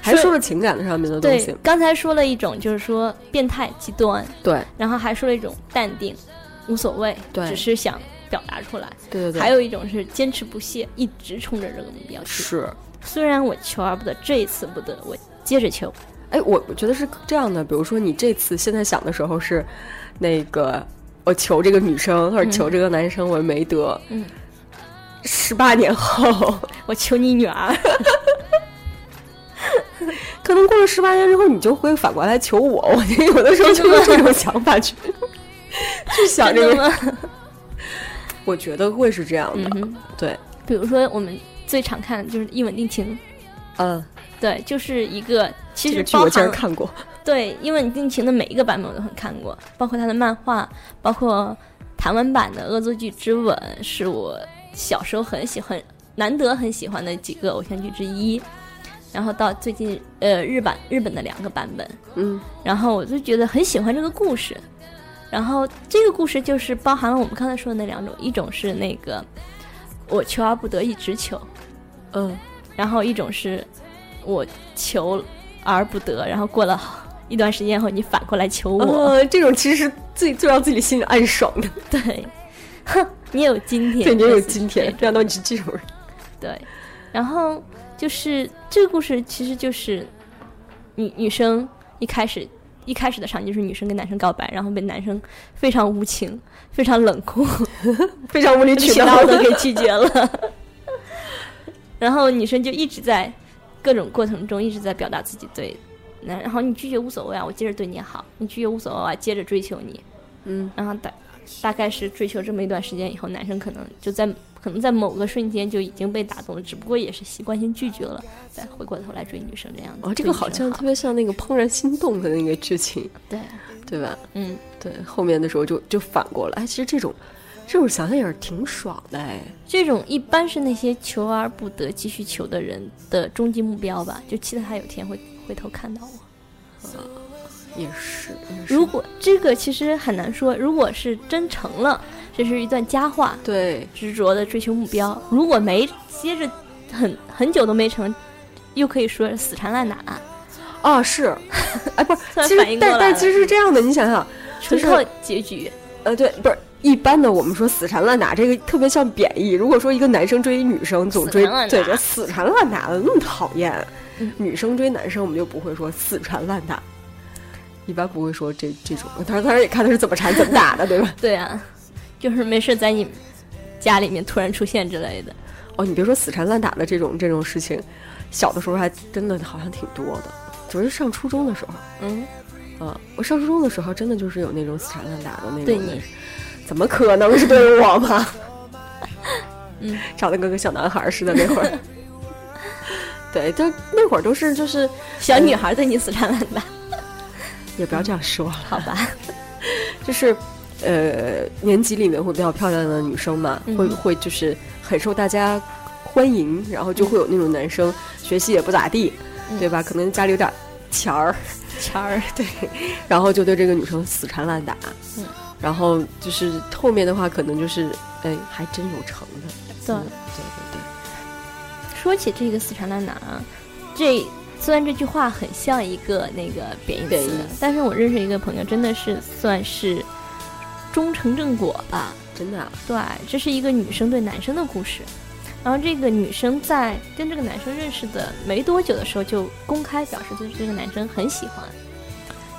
Speaker 2: 还说了情感上面的东
Speaker 1: 对
Speaker 2: 西，，
Speaker 1: 刚才说了一种就是说变态极端，
Speaker 2: 对
Speaker 1: 然后还说了一种淡定，无所谓，
Speaker 2: 对
Speaker 1: 只是想表达出来。
Speaker 2: 对对对，
Speaker 1: 还有一种是坚持不懈，一直冲着这个目标去。
Speaker 2: 是。
Speaker 1: 虽然我求而不得，这一次不得，我接着求。
Speaker 2: 哎，我我觉得是这样的，比如说你这次现在想的时候是，那个我求这个女生或者求这个男生，我没得，
Speaker 1: 嗯，
Speaker 2: 十八年后，
Speaker 1: 我求你女 儿。
Speaker 2: 可能过了十八年之后，你就会反过来求我，我觉得有的时候就用这种想法去 去想这个，
Speaker 1: 真 的吗？
Speaker 2: 我觉得会是这样的，
Speaker 1: 嗯哼，
Speaker 2: 对，
Speaker 1: 比如说我们最常看的就是《一吻定情》，
Speaker 2: 嗯，
Speaker 1: 对，就是一个其
Speaker 2: 这
Speaker 1: 实
Speaker 2: 个剧
Speaker 1: 包
Speaker 2: 我竟
Speaker 1: 含
Speaker 2: 然看过，嗯
Speaker 1: 对《一吻定情》的每一个版本我都很看过，包括它的漫画，包括台湾版的《恶作剧之吻》，是我小时候很喜欢、难得很喜欢的几个偶像剧之一。然后到最近，呃，日版日本的两个版本，
Speaker 2: 嗯，
Speaker 1: 然后我就觉得很喜欢这个故事。然后这个故事就是包含了我们刚才说的那两种，一种是那个我求而不得一直求，
Speaker 2: 嗯，
Speaker 1: 然后一种是我求而不得，然后过了一段时间后你反过来求我，
Speaker 2: 呃，这种其实是最最让自己心里暗爽的，
Speaker 1: 对， 哼，你也有今天，
Speaker 2: 对，你也有
Speaker 1: 类似于
Speaker 2: 今天，
Speaker 1: 这
Speaker 2: 让到你是这种人，
Speaker 1: 对，然后就是这个故事其实就是女女生一开始一开始的场景就是女生跟男生告白，然后被男生非常无情、非常冷酷、
Speaker 2: 非常无理取
Speaker 1: 取
Speaker 2: 闹
Speaker 1: 闹
Speaker 2: 的
Speaker 1: 的给拒绝了，然后女生就一直在各种过程中一直在表达自己对。那然后你拒绝无所谓啊，我接着对你好；你拒绝无所谓啊，接着追求你。
Speaker 2: 嗯，
Speaker 1: 然后大大概是追求这么一段时间以后，男生可能就在可能在某个瞬间就已经被打动了，只不过也是习惯性拒绝了，再回过头来追女生这样子。
Speaker 2: 哦，这
Speaker 1: 对
Speaker 2: 个
Speaker 1: 女
Speaker 2: 好
Speaker 1: 生
Speaker 2: 像特别像那个《怦然心动》的那个剧情，
Speaker 1: 对，
Speaker 2: 对吧？
Speaker 1: 嗯，
Speaker 2: 对，后面的时候就就反过来。哎，其实这种，这种想想也是挺爽的哎。
Speaker 1: 这种一般是那些求而不得、继续求的人的终极目标吧，就期待他有天会回头看到我。
Speaker 2: 也是，也是
Speaker 1: 如果这个其实很难说，如果是真成了，这是一段佳话，
Speaker 2: 对，
Speaker 1: 执着的追求目标；如果没接着很很久都没成，又可以说死缠烂打。
Speaker 2: 啊是，哎不是
Speaker 1: 突，然
Speaker 2: 其实
Speaker 1: 反应过
Speaker 2: 但
Speaker 1: 来
Speaker 2: 但
Speaker 1: 了嗯
Speaker 2: 其实是这样的，你想想，
Speaker 1: 纯
Speaker 2: 就是
Speaker 1: 靠结局。
Speaker 2: 呃对，不是一般的我们说死缠烂打这个特别像贬义。如果说一个男生追一女生总
Speaker 1: 死
Speaker 2: 追
Speaker 1: 缠烂
Speaker 2: 对
Speaker 1: 打
Speaker 2: 着死缠烂打的那么讨厌，
Speaker 1: 嗯
Speaker 2: 女生追男生我们就不会说死缠烂打。一般不会说这这种，当然当然也看他是怎么缠怎么打的，对吧？
Speaker 1: 对啊，就是没事在你家里面突然出现之类的。
Speaker 2: 哦，你别说死缠烂打的这种这种事情，小的时候还真的好像挺多的，主要是上初中的时候
Speaker 1: 嗯，
Speaker 2: 啊，我上初中的时候真的就是有那种死缠烂打的那种。
Speaker 1: 对你，
Speaker 2: 怎么可能是对我嘛？
Speaker 1: 嗯，
Speaker 2: 长得跟个小男孩似的那会 儿。对，但那会儿都是就是，
Speaker 1: 小女孩对你死缠烂打，
Speaker 2: 也不要这样说了，
Speaker 1: 好 吧？
Speaker 2: 就是。呃，年级里面会比较漂亮的女生嘛，
Speaker 1: 嗯
Speaker 2: 会会就是很受大家欢迎，然后就会有那种男生学习也不咋地，
Speaker 1: 嗯
Speaker 2: 对吧？可能家里有点钱儿，
Speaker 1: 钱儿，
Speaker 2: 对，然后就对这个女生死缠烂打，
Speaker 1: 嗯，
Speaker 2: 然后就是后面的话可能就是，哎，还真有成的，
Speaker 1: 对
Speaker 2: 嗯对
Speaker 1: 说起这个死缠烂打啊，这虽然这句话很像一个那个贬义
Speaker 2: 贬
Speaker 1: 词
Speaker 2: 义，
Speaker 1: 但是我认识一个朋友，真的是算是终成正果吧。
Speaker 2: 对对，真的啊、
Speaker 1: 对，这是一个女生对男生的故事。然后这个女生在跟这个男生认识的没多久的时候，就公开表示对这个男生很喜欢。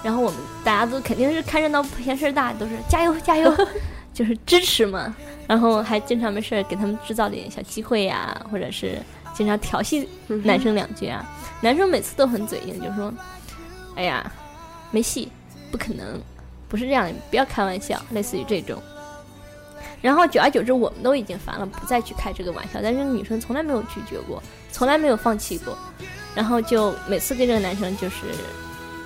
Speaker 1: 然后我们大家都肯定是看热闹不嫌事儿大，都是加油加油， 就是支持嘛。然后还经常没事儿给他们制造点小机会呀、或者是经常调戏
Speaker 2: 嗯哼
Speaker 1: 男生两句啊。男生每次都很嘴硬，就说：“哎呀，没戏，不可能，不是这样，你不要开玩笑。”类似于这种。然后久而久之，我们都已经烦了，不再去开这个玩笑。但是女生从来没有拒绝过，从来没有放弃过。然后就每次跟这个男生就是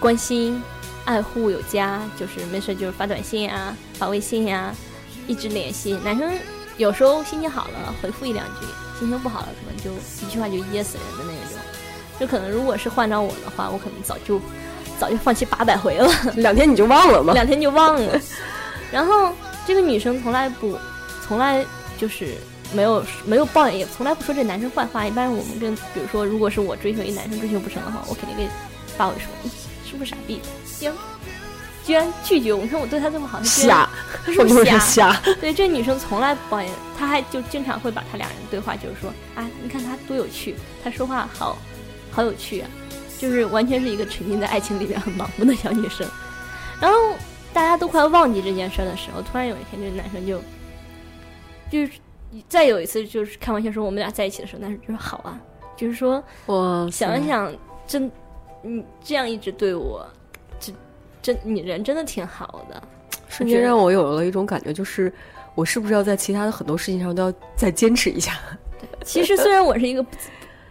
Speaker 1: 关心、爱护有加，就是没事就是发短信啊、发微信呀、一直联系。男生有时候心情好了回复一两句，心情不好了可能就一句话就噎死人的那种。就可能如果是换到我的话，我可能早就早就放弃八百 回了。
Speaker 2: 两天你就忘了吗？
Speaker 1: 两天就忘了。然后这个女生从来不，从来就是没有没有抱怨，也从来不说这男生坏话。一般我们跟比如说，如果是我追求一男生追求不成的话，我肯定跟发我说，嗯是不是傻逼？居然居然拒绝我！你看我对他这么好，他居然
Speaker 2: 瞎，
Speaker 1: 他是
Speaker 2: 我
Speaker 1: 不
Speaker 2: 就会
Speaker 1: 是
Speaker 2: 说
Speaker 1: 瞎？
Speaker 2: 瞎，
Speaker 1: 对，这女生从来不抱怨，她还就经常会把她俩人对话，就是说啊，你看她多有趣，她说话好，好有趣啊，就是完全是一个沉浸在爱情里面很盲目的小女生。然后大家都快忘记这件事儿的时候，突然有一天，这个男生就，就是再有一次就是开玩笑说我们俩在一起的时候，男生就说好啊，就是说
Speaker 2: 哇塞，
Speaker 1: 想一想，真，你这样一直对我，这真你人真的挺好的。
Speaker 2: 瞬
Speaker 1: 觉
Speaker 2: 间
Speaker 1: 得
Speaker 2: 让我有了一种感觉，就是我是不是要在其他的很多事情上都要再坚持一下？
Speaker 1: 其实虽然我是一个不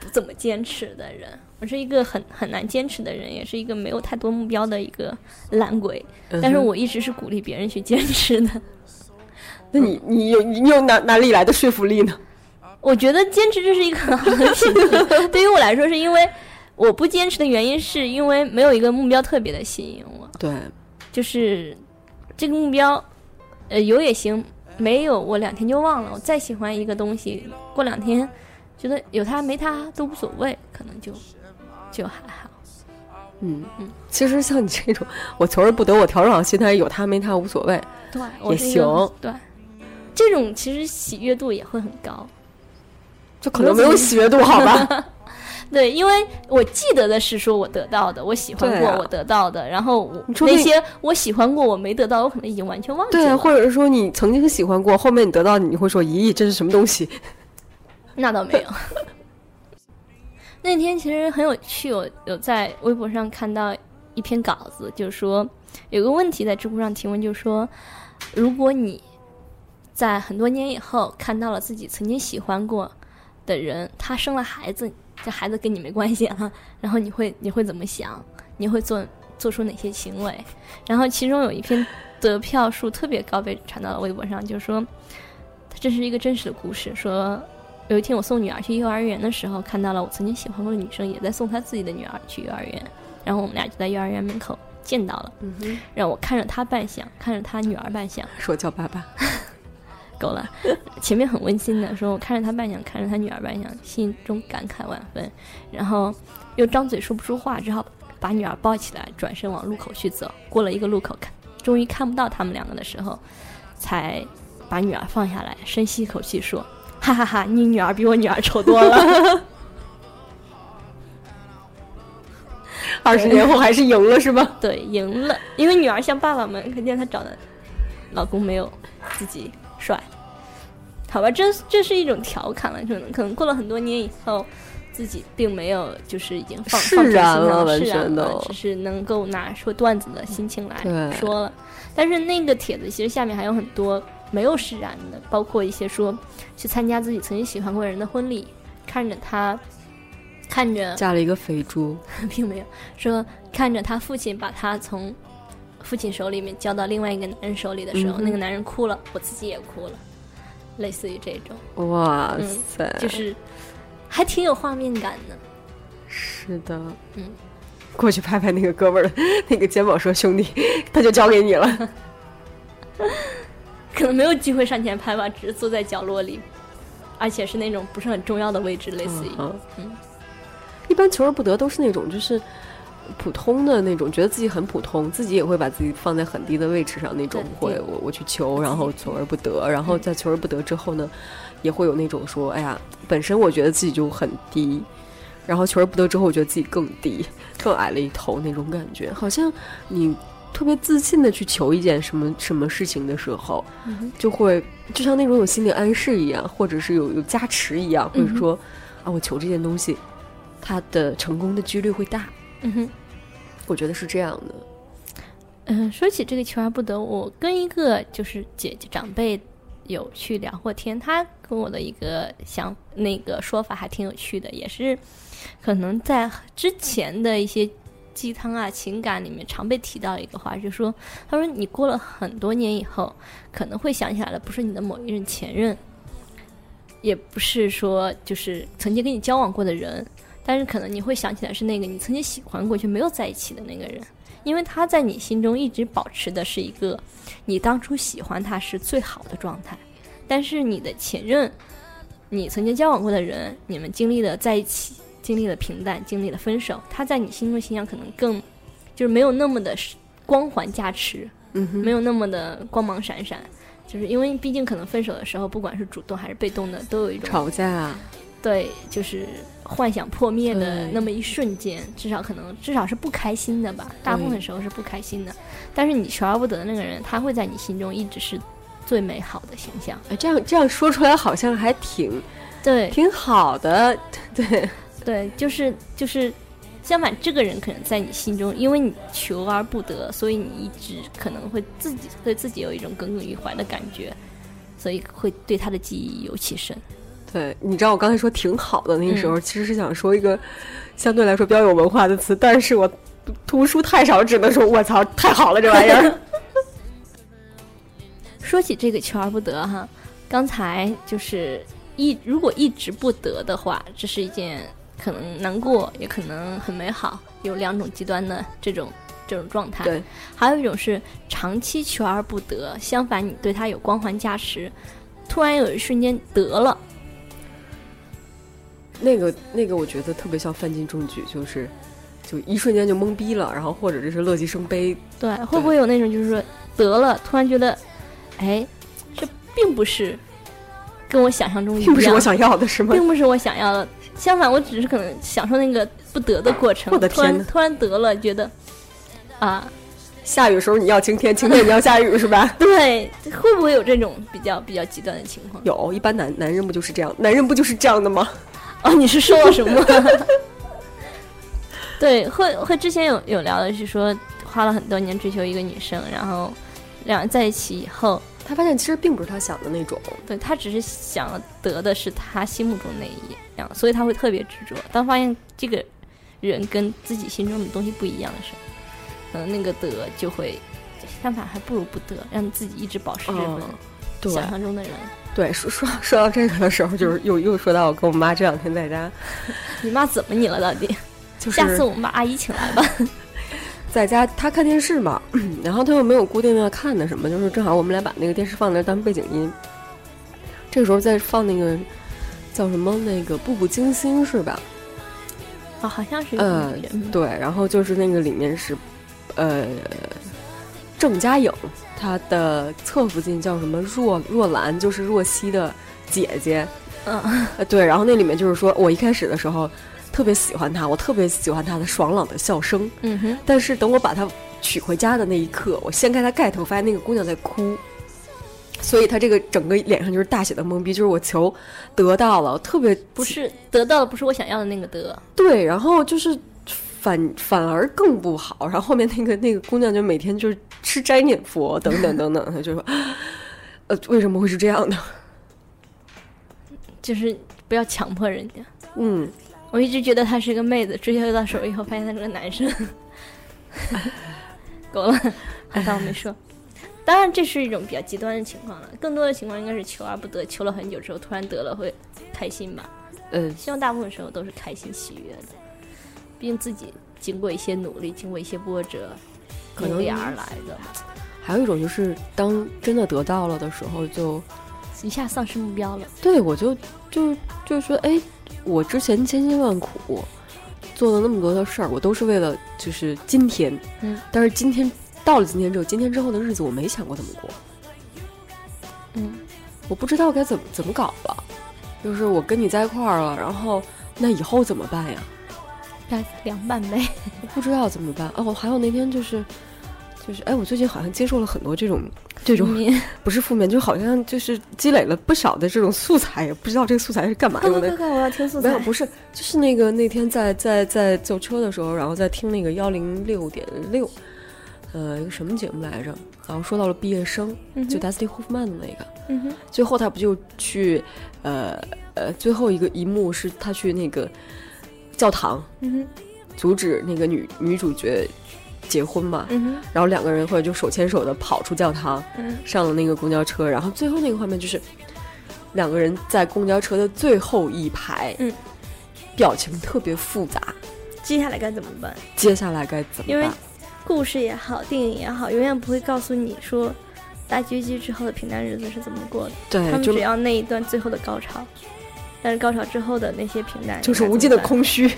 Speaker 1: 不怎么坚持的人，我是一个很很难坚持的人，也是一个没有太多目标的一个懒鬼，但是
Speaker 2: 嗯哼
Speaker 1: 我一直是鼓励别人去坚持的。
Speaker 2: 那
Speaker 1: 嗯
Speaker 2: 你你有你有哪哪里来的说服力呢？
Speaker 1: 我觉得坚持这是一个很好的品质，对于我来说，是因为我不坚持的原因，是因为没有一个目标特别的吸引我，
Speaker 2: 对，
Speaker 1: 就是这个目标，呃，有也行，没有我两天就忘了。我再喜欢一个东西，过两天觉得有它没它都无所谓，可能就就还好。
Speaker 2: 嗯
Speaker 1: 嗯，
Speaker 2: 其实像你这种，我求而不得，我调整好心态，有他没他无所谓。
Speaker 1: 对，我是一个
Speaker 2: 行。
Speaker 1: 对，这种其实喜悦度也会很高。
Speaker 2: 就可能没有喜悦度，好 吧？
Speaker 1: 对，因为我记得的是说我得到的，我喜欢
Speaker 2: 对
Speaker 1: 过
Speaker 2: 啊
Speaker 1: 我得到的，然后我
Speaker 2: 你说不
Speaker 1: 那
Speaker 2: 定
Speaker 1: 些我喜欢过我没得到，我可能已经完全忘记
Speaker 2: 对，
Speaker 1: 了。
Speaker 2: 或者是说你曾经喜欢过，后面你得到你会说，咦，这是什么东西？
Speaker 1: 那倒没有。 那天其实很有趣，我有在微博上看到一篇稿子，就是说有个问题在知乎上提问，就是说如果你在很多年以后看到了自己曾经喜欢过的人，他生了孩子，这孩子跟你没关系啊，然后你会你会怎么想？你会做做出哪些行为？然后其中有一篇得票数特别高，被传到了微博上，就说这是一个真实的故事，说有一天我送女儿去幼儿园的时候，看到了我曾经喜欢过的女生也在送她自己的女儿去幼儿园，然后我们俩就在幼儿园门口见到了，
Speaker 2: 嗯哼，
Speaker 1: 让我看着她扮相，看着她女儿扮相，
Speaker 2: 说叫爸爸，
Speaker 1: 够了。前面很温馨的说，我看着她扮相，看着她女儿扮相，心中感慨万分，然后又张嘴说不出话，只好把女儿抱起来，转身往路口去走。过了一个路口，看终于看不到他们两个的时候，才把女儿放下来，深吸一口气说：“哈哈哈你女儿比我女儿丑多了。”
Speaker 2: 二十年后还是赢了是吧？
Speaker 1: 对，赢了，因为女儿像爸爸们，可见她找的老公没有自己帅。好吧，这这是一种调侃了，可能可能过了很多年以后，自己并没有就是已经放
Speaker 2: 释
Speaker 1: 放
Speaker 2: 然
Speaker 1: 了，
Speaker 2: 了完
Speaker 1: 释然
Speaker 2: 全都
Speaker 1: 了，只是能够拿出段子的心情来
Speaker 2: 对
Speaker 1: 说了。但是那个帖子其实下面还有很多没有释然的，包括一些说去参加自己曾经喜欢过的人的婚礼，看着他，看 着
Speaker 2: 嫁了一个肥猪，
Speaker 1: 并没有说看着他父亲把他从父亲手里面交到另外一个男人手里的时候，
Speaker 2: 嗯哼
Speaker 1: 那个男人哭了，我自己也哭了，类似于这种，
Speaker 2: 哇
Speaker 1: 嗯
Speaker 2: 塞，
Speaker 1: 就是还挺有画面感的。
Speaker 2: 是的，
Speaker 1: 嗯，
Speaker 2: 过去拍拍那个哥们儿的那个肩膀，说：“兄弟，他就交给你了。
Speaker 1: 可能没有机会上前拍吧，只是坐在角落里，而且是那种不是很重要的位置，类似于。
Speaker 2: 嗯
Speaker 1: 嗯
Speaker 2: 一般求而不得都是那种就是普通的那种，觉得自己很普通，自己也会把自己放在很低的位置上那种，嗯
Speaker 1: 对
Speaker 2: 会
Speaker 1: 对嗯
Speaker 2: 我我去求，然后求而不得，然后在求而不得之后呢，也会有那种说：“哎呀，本身我觉得自己就很低。”然后求而不得之后，我觉得自己更低，更矮了一头那种感觉，好像你特别自信的去求一件什么什么事情的时候，
Speaker 1: 嗯哼
Speaker 2: 就会就像那种有心理暗示一样，或者是有有加持一样，或
Speaker 1: 嗯哼
Speaker 2: 者说、啊，我求这件东西，它的成功的几率会大。
Speaker 1: 嗯哼，
Speaker 2: 我觉得是这样的。
Speaker 1: 嗯，说起这个求而不得，我跟一个就是姐姐长辈有去聊过天，她跟我的一个想那个说法还挺有趣的，也是可能在之前的一些鸡汤啊情感里面常被提到一个话，就说她说你过了很多年以后，可能会想起来的不是你的某一任前任，也不是说就是曾经跟你交往过的人，但是可能你会想起来是那个你曾经喜欢过却没有在一起的那个人。因为他在你心中一直保持的是一个你当初喜欢他时最好的状态，但是你的前任，你曾经交往过的人，你们经历了在一起，经历了平淡，经历了分手，他在你心中的形象可能更就是没有那么的光环加持，
Speaker 2: 嗯哼，
Speaker 1: 没有那么的光芒闪闪，就是因为毕竟可能分手的时候，不管是主动还是被动的，都有一种
Speaker 2: 吵架啊，
Speaker 1: 对，就是幻想破灭的
Speaker 2: 对
Speaker 1: 那么一瞬间，至少可能至少是不开心的吧，大部分时候是不开心的。但是你求而不得的那个人，他会在你心中一直是最美好的形象。
Speaker 2: 哎，这样这样说出来好像还 挺
Speaker 1: 对
Speaker 2: 挺好的。对，
Speaker 1: 对，就是就是。相反，这个人可能在你心中，因为你求而不得，所以你一直可能会自己对自己有一种耿耿于怀的感觉，所以会对他的记忆尤其深。
Speaker 2: 对，你知道我刚才说挺好的那时候，其实是想说一个相对来说比较有文化的词，但是我图书太少，只能说我操，太好了这玩意儿。
Speaker 1: 说起这个求而不得哈，刚才就是一如果一直不得的话，这是一件可能难过，也可能很美好，有两种极端的这种这种状态。
Speaker 2: 对，
Speaker 1: 还有一种是长期求而不得，相反你对它有光环加持，突然有一瞬间得了，
Speaker 2: 那个那个，我觉得特别像范进中举，就是就一瞬间就懵逼了，然后或者就是乐极生悲，
Speaker 1: 对，会不会有那种就是说得了，突然觉得，哎，这并不是跟我想象中一样，
Speaker 2: 并不是我啊想要的，是吗？
Speaker 1: 并不是我想要的。相反，我只是可能享受那个不得的过程。
Speaker 2: 我的
Speaker 1: 突
Speaker 2: 天
Speaker 1: 然
Speaker 2: 哪
Speaker 1: 突然得了，觉得啊，？
Speaker 2: 下雨的时候你要晴天，晴天你要下雨是吧
Speaker 1: 对，会不会有这种比较比较极端的情况？
Speaker 2: 有，一般男男人不就是这样？男人不就是这样的吗？
Speaker 1: 哦，你是受到什么？ 对，会会之前有有聊的是说，花了很多年追求一个女生，然后两人在一起以后，
Speaker 2: 他发现其实并不是他想的那种，
Speaker 1: 对他只是想要得的是他心目中那一样，所以他会特别执着。当发现这个人跟自己心中的东西不一样的时候，可能那个得就会相反，还不如不得，让自己一直保持这份
Speaker 2: 嗯对
Speaker 1: 想象中的人。
Speaker 2: 对，说说说到这个的时候，就是又又说到我跟我妈这两天在家，
Speaker 1: 你妈怎么你了？到底？
Speaker 2: 就是
Speaker 1: 下次我们把阿姨请来吧。
Speaker 2: 在家她看电视嘛， 然后她又没有固定要看的什么，就是正好我们俩把那个电视放那儿当背景音，这个时候再放那个叫什么那个《步步惊心》是吧？
Speaker 1: 啊，好像是有
Speaker 2: 呃
Speaker 1: 感觉嗯，
Speaker 2: 对，然后就是那个里面是，呃，郑嘉颖，她的侧父亲叫什么若若兰，就是若曦的姐姐。
Speaker 1: 嗯，
Speaker 2: 呃，对，然后那里面就是说我一开始的时候特别喜欢她，我特别喜欢她的爽朗的笑声，
Speaker 1: 嗯哼，
Speaker 2: 但是等我把她娶回家的那一刻，我掀开她盖头，发现那个姑娘在哭。所以她这个整个脸上就是大写的懵逼，就是我求得到了，我特别
Speaker 1: 不是得到的不是我想要的那个得，
Speaker 2: 对，然后就是反反而更不好，然后后面那个那个姑娘就每天就是吃斋念佛等等等等，她就说， 呃，为什么会是这样的？
Speaker 1: 就是不要强迫人家。
Speaker 2: 嗯，
Speaker 1: 我一直觉得他是个妹子，追求到手以后发现他是个男生。够了，好当我没说。当然，这是一种比较极端的情况了。更多的情况应该是求而不得，求了很久之后突然得了会开心吧，
Speaker 2: 呃，
Speaker 1: 希望大部分时候都是开心喜悦的，毕竟自己经过一些努力，经过一些波折，
Speaker 2: 可能
Speaker 1: 努力而来的，
Speaker 2: 还有一种就是当真的得到了的时候就，
Speaker 1: 一下丧失目标了。
Speaker 2: 对我就就就是说，哎，我之前千辛万苦做了那么多的事儿，我都是为了就是今天，
Speaker 1: 嗯，
Speaker 2: 但是今天到了今天之后，今天之后的日子我没想过怎么过，
Speaker 1: 嗯，
Speaker 2: 我不知道该怎么怎么搞了，就是我跟你在一块儿了，然后那以后怎么办呀？
Speaker 1: 那凉拌呗。
Speaker 2: 不知道怎么办。哦，我还有那天就是，就是哎，我最近好像接受了很多这种这种
Speaker 1: 你
Speaker 2: 不是负面，就好像就是积累了不少的这种素材，也不知道这个素材是干嘛
Speaker 1: 快
Speaker 2: 用
Speaker 1: 快
Speaker 2: 的
Speaker 1: 快。快，我要听素
Speaker 2: 没
Speaker 1: 材
Speaker 2: 有，。不是，就是那个那天在在在坐车的时候，然后在听那个幺零六点六，呃，一个什么节目来着？然后说到了毕业生，
Speaker 1: 嗯
Speaker 2: 就
Speaker 1: 哼，
Speaker 2: Dustin Hoffman 的那个，
Speaker 1: 嗯哼，
Speaker 2: 最后他不就去，呃呃，最后一个一幕是他去那个教堂
Speaker 1: 嗯哼，
Speaker 2: 阻止那个女女主角结婚嘛，
Speaker 1: 嗯哼，
Speaker 2: 然后两个人或者就手牵手的跑出教堂，
Speaker 1: 嗯
Speaker 2: 上了那个公交车，然后最后那个画面就是两个人在公交车的最后一排，
Speaker 1: 嗯，
Speaker 2: 表情特别复杂，
Speaker 1: 接下来该怎么办？
Speaker 2: 接下来该怎么
Speaker 1: 因为
Speaker 2: 办？
Speaker 1: 故事也好，电影也好，永远不会告诉你说大结局之后的平淡日子是怎么过的。他
Speaker 2: 对，
Speaker 1: 们只
Speaker 2: 哎就
Speaker 1: 要那一段最后的高潮，但是高潮之后的那些平淡
Speaker 2: 就是无尽的。空虚，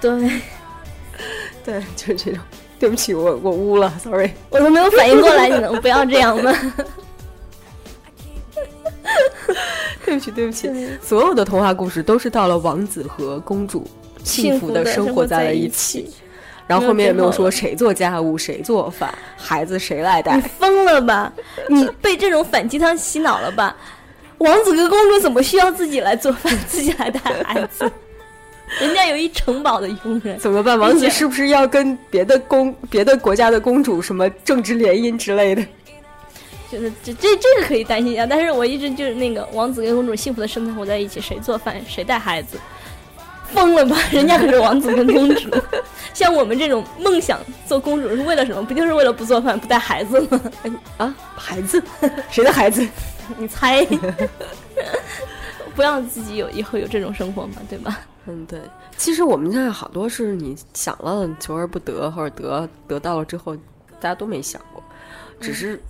Speaker 1: 对，
Speaker 2: 对，就是这种。对不起，我我污了，sorry。
Speaker 1: 我都没有反应过来，你能不要这样吗？
Speaker 2: 对不起，对不起。所有的童话故事都是到了王子和公主 幸福
Speaker 1: 的
Speaker 2: 的生活在
Speaker 1: 在
Speaker 2: 了一
Speaker 1: 起
Speaker 2: 起，，然后后嗯面也没有
Speaker 1: 没有最后
Speaker 2: 说
Speaker 1: 了
Speaker 2: 谁做家务谁做饭，孩子谁来带
Speaker 1: 你。疯了 吧？你被这种反鸡汤洗脑了吧？王子跟公主怎么需要自己来做饭、自己来带孩 子？人家有一城堡的佣人，
Speaker 2: 怎么办？王
Speaker 1: 并
Speaker 2: 子
Speaker 1: 且
Speaker 2: 是不是要跟别的公、别的国家的公主什么政治联姻之类的？
Speaker 1: 就是这这这个可以担心一下，但是我一直就是那个王子跟公主幸福的生活在一起，谁做饭谁带孩子，疯了吧？ 人家可是王子跟公主，像我们这种梦想做公主是为了什么？不就是为了不做饭不带孩子吗？
Speaker 2: 啊，孩子， 谁的孩子？
Speaker 1: 你猜， 不要自己有以后有这种生活嘛，对吧？
Speaker 2: 嗯，对。其实我们现在好多是你想了求而不得，或者得得到了之后，大家都没想过，只是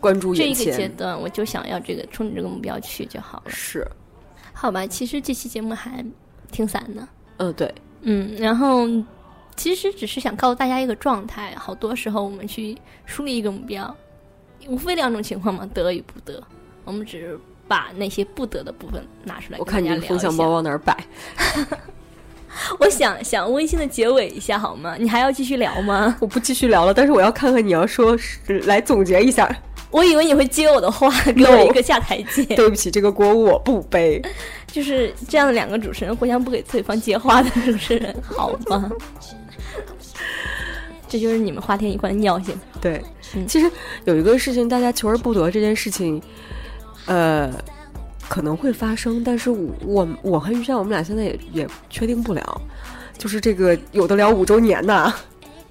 Speaker 2: 关注
Speaker 1: 这
Speaker 2: 眼
Speaker 1: 一个阶
Speaker 2: 前。
Speaker 1: 段我就想要这个，冲着这个目标去就好了。
Speaker 2: 是，
Speaker 1: 好吧，其实这期节目还挺散的。
Speaker 2: 嗯，对，
Speaker 1: 嗯，然后其实只是想告诉大家一个状态，好多时候我们去树立一个目标，无非两种情况嘛，得与不得。我们只是把那些不得的部分拿出来
Speaker 2: 我
Speaker 1: 跟大
Speaker 2: 看你
Speaker 1: 家
Speaker 2: 的
Speaker 1: 聊
Speaker 2: 风
Speaker 1: 一下
Speaker 2: 向。包往哪儿摆。
Speaker 1: 我想想温馨的结尾一下好吗？你还要继续聊吗？
Speaker 2: 我不继续聊了，但是我要看看你要说是来总结一下。
Speaker 1: 我以为你会接我的话，给我
Speaker 2: No
Speaker 1: 一个下台阶。
Speaker 2: 对不起，这个锅我不背。
Speaker 1: 就是这样的两个主持人互相不给对方接话的主持人，好 吗？这就是你们花田一贯的尿性。
Speaker 2: 对，
Speaker 1: 嗯
Speaker 2: 其实有一个事情，大家求而不得这件事情，呃，可能会发生，但是我我我和于山，我们俩现在也也确定不了。就是这个有的聊五周年呐，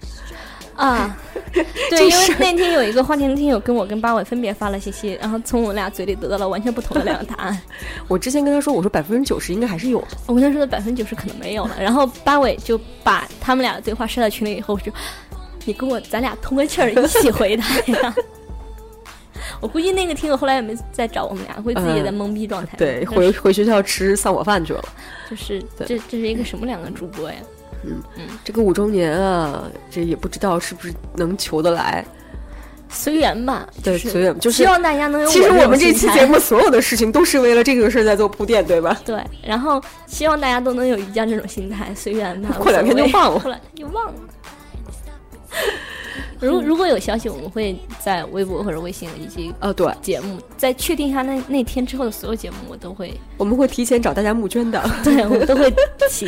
Speaker 1: 啊，对，
Speaker 2: 这
Speaker 1: 因
Speaker 2: 事儿
Speaker 1: 为那天有一个花田的听友跟我跟八尾分别发了信息，然后从我俩嘴里得到了完全不同的两个答案。
Speaker 2: 我之前跟他说，我说百分之九十应该还是有的，
Speaker 1: 我跟他说的百分之九十可能没有了，然后八尾就把他们俩的对话晒到群里以后，我就，你跟我咱俩通个气儿一 起回答呀。 我估计那个听友后来也没再找我们俩，会自己也在懵逼状态。
Speaker 2: 嗯对，
Speaker 1: 但
Speaker 2: 回
Speaker 1: 是
Speaker 2: 回学校吃散伙饭去了。
Speaker 1: 就是
Speaker 2: 对
Speaker 1: 这这是一个什么两个主播呀？
Speaker 2: 这个五周年啊，这也不知道是不是能求得来。
Speaker 1: 随缘吧，
Speaker 2: 对，
Speaker 1: 就是
Speaker 2: 所以就是
Speaker 1: 希，望大家能有
Speaker 2: 其实
Speaker 1: 我
Speaker 2: 我们这
Speaker 1: 种
Speaker 2: 期
Speaker 1: 心态
Speaker 2: 节目所有的事情都是为了这个事儿在做铺垫，对吧？
Speaker 1: 对，然后希望大家都能有于酱这种心态，随缘吧。
Speaker 2: 过两天就忘了
Speaker 1: 无所谓过两天就忘了。如如果有消息，我们会在微博或者微信以及
Speaker 2: 啊，对，
Speaker 1: 节目，在确定一下那那天之后的所有节目，我都会，
Speaker 2: 我们会提前找大家募捐的。
Speaker 1: 对我都会起。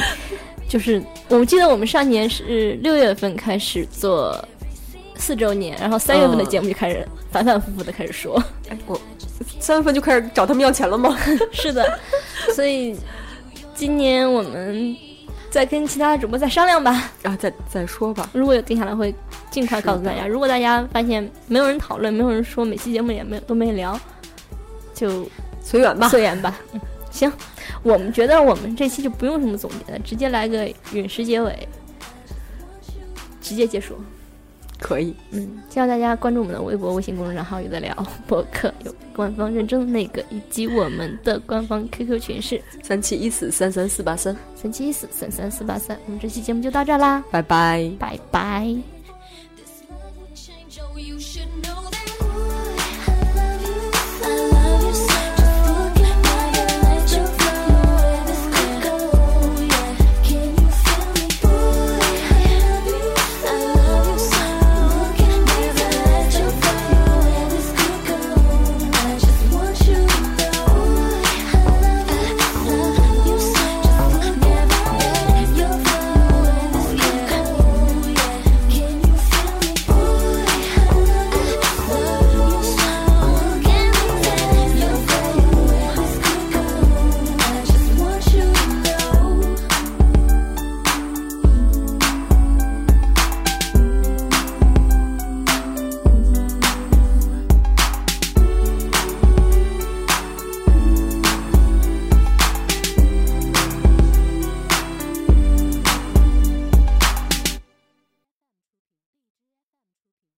Speaker 1: 就是我记得我们上年是六月份开始做四周年，然后三月份的
Speaker 2: 嗯
Speaker 1: 节目就开始反反复复的开始说。
Speaker 2: 哎我三月份就开始找他们要钱了吗？
Speaker 1: 是的，所以今年我们再跟其他的主播再商量吧。
Speaker 2: 啊，再再说吧。
Speaker 1: 如果有定下来，会尽快告诉大家。如果大家发现没有人讨论，没有人说，每期节目也没有都没聊，就
Speaker 2: 随缘吧。
Speaker 1: 随缘吧。嗯，行，我们觉得我们这期就不用什么总结了，直接来个陨石结尾，直接结束。
Speaker 2: 可以，
Speaker 1: 嗯，希望大家关注我们的微博、微信公众账号“有的聊”博客，有官方认证那个，以及我们的官方 QQ 群是
Speaker 2: 三七一四三三四八三，
Speaker 1: 三七一四三三四八三。我们这期节目就到这儿啦，
Speaker 2: 拜拜。
Speaker 1: 拜拜。